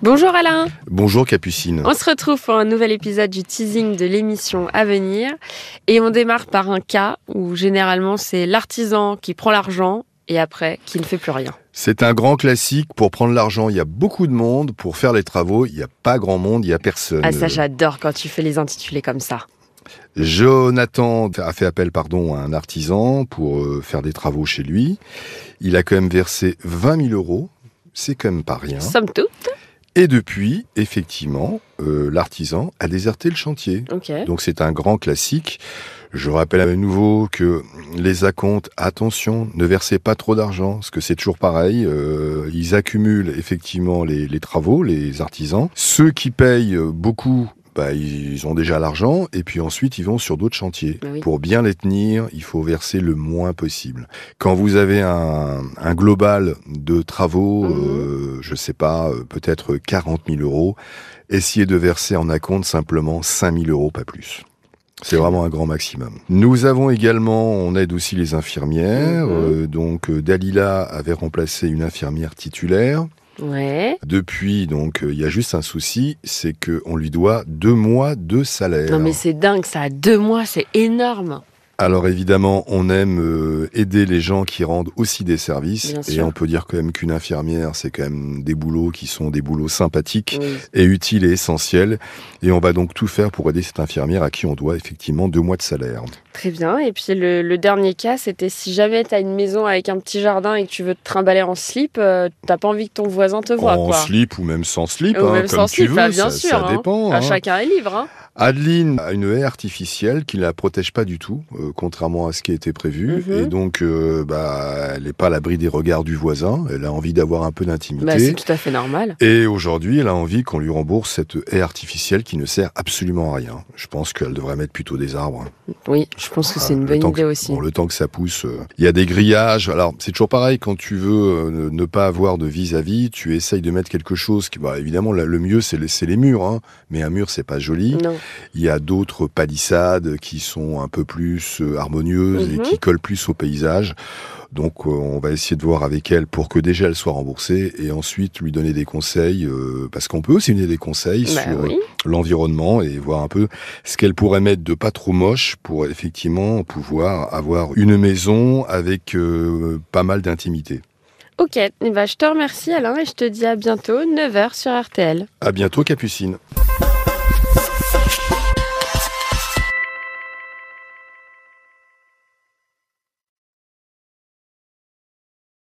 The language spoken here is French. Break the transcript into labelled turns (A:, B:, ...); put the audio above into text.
A: Bonjour Alain,
B: Bonjour Capucine.
A: on se retrouve pour un nouvel épisode du teasing de l'émission à venir et on démarre par un cas où généralement c'est l'artisan qui prend l'argent et après qui ne fait plus rien.
B: C'est un grand classique. Pour prendre l'argent, il y a beaucoup de monde. Pour faire les travaux, il n'y a pas grand monde, il n'y a personne.
A: Ah ça j'adore quand tu fais les intitulés comme ça.
B: Jonathan a fait appel pardon, à un artisan pour euh, faire des travaux chez lui. Il a quand même versé 20 000 euros. C'est quand même pas rien.
A: Somme toute.
B: Et depuis, effectivement, euh, l'artisan a déserté le chantier.
A: Ok.
B: Donc c'est un grand classique. Je rappelle à nouveau que les acomptes, attention, ne versez pas trop d'argent, parce que c'est toujours pareil. euh, ils accumulent effectivement les, les travaux, les artisans. Ceux qui payent euh, beaucoup, bah, ils ont déjà l'argent, et puis ensuite ils vont sur d'autres chantiers.
A: Ah oui.
B: Pour bien les tenir, il faut verser le moins possible. Quand vous avez un, un global de travaux,
A: Mhm.
B: euh, je sais pas, euh, peut-être 40 000 euros, essayez de verser en acompte simplement 5 000 euros, pas plus. C'est vraiment un grand maximum. Nous avons également, on aide aussi les infirmières.
A: Mhm.
B: euh, donc euh, Dalila avait remplacé une infirmière titulaire.
A: Ouais.
B: Depuis, donc euh, il y a juste un souci, c'est que on lui doit deux mois de salaire.
A: Non mais c'est dingue ça, deux mois c'est énorme.
B: Alors évidemment, on aime euh, aider les gens qui rendent aussi des services.
A: Bien
B: et
A: sûr.
B: on peut dire quand même qu'une infirmière, c'est quand même des boulots qui sont des boulots sympathiques
A: Oui.
B: est utile et essentiel. Et on va donc tout faire pour aider cette infirmière à qui on doit effectivement deux mois de salaire.
A: Très bien. Et puis le, le dernier cas, c'était si jamais t'as une maison avec un petit jardin et que tu veux te trimballer en slip, euh, t'as pas envie que ton voisin te voit.
B: en
A: quoi.
B: slip ou même sans slip,
A: Ou
B: hein,
A: même
B: comme
A: sans
B: tu
A: slip,
B: veux,
A: ah, bien
B: ça,
A: sûr,
B: ça
A: hein.
B: dépend.
A: Ah,
B: hein.
A: chacun est libre. hein.
B: Adeline a une haie artificielle qui la protège pas du tout, euh, contrairement à ce qui était prévu.
A: Mhm.
B: Et donc, euh, bah, elle n'est pas à l'abri des regards du voisin. Elle a envie d'avoir un peu d'intimité.
A: Bah, c'est tout à fait normal.
B: Et aujourd'hui, elle a envie qu'on lui rembourse cette haie artificielle qui ne sert absolument à rien. Je pense qu'elle devrait mettre plutôt des arbres.
A: Oui, je pense que c'est
B: Ah,
A: une
B: le
A: bonne
B: temps
A: idée
B: que-
A: aussi.
B: bon, le temps que ça pousse, euh, il y a des grillages. Alors, c'est toujours pareil, quand tu veux euh, ne- ne pas avoir de vis-à-vis, tu essayes de mettre quelque chose qui, bah, évidemment, la- le mieux, c'est les, c'est les murs, hein. mais un mur, c'est pas joli.
A: Non.
B: Il y a d'autres palissades qui sont un peu plus euh, harmonieuses
A: Mhm.
B: et qui collent plus au paysage. Donc, euh, on va essayer de voir avec elle pour que déjà elle soit remboursée et ensuite lui donner des conseils, euh, parce qu'on peut aussi lui donner des conseils
A: Bah
B: sur euh,
A: oui.
B: l'environnement et voir un peu ce qu'elle pourrait mettre de pas trop moche pour effectivement pouvoir avoir une maison avec euh, pas mal d'intimité.
A: Ok, eh ben, je te remercie Alain et je te dis à bientôt, 9h sur RTL.
B: À bientôt Capucine.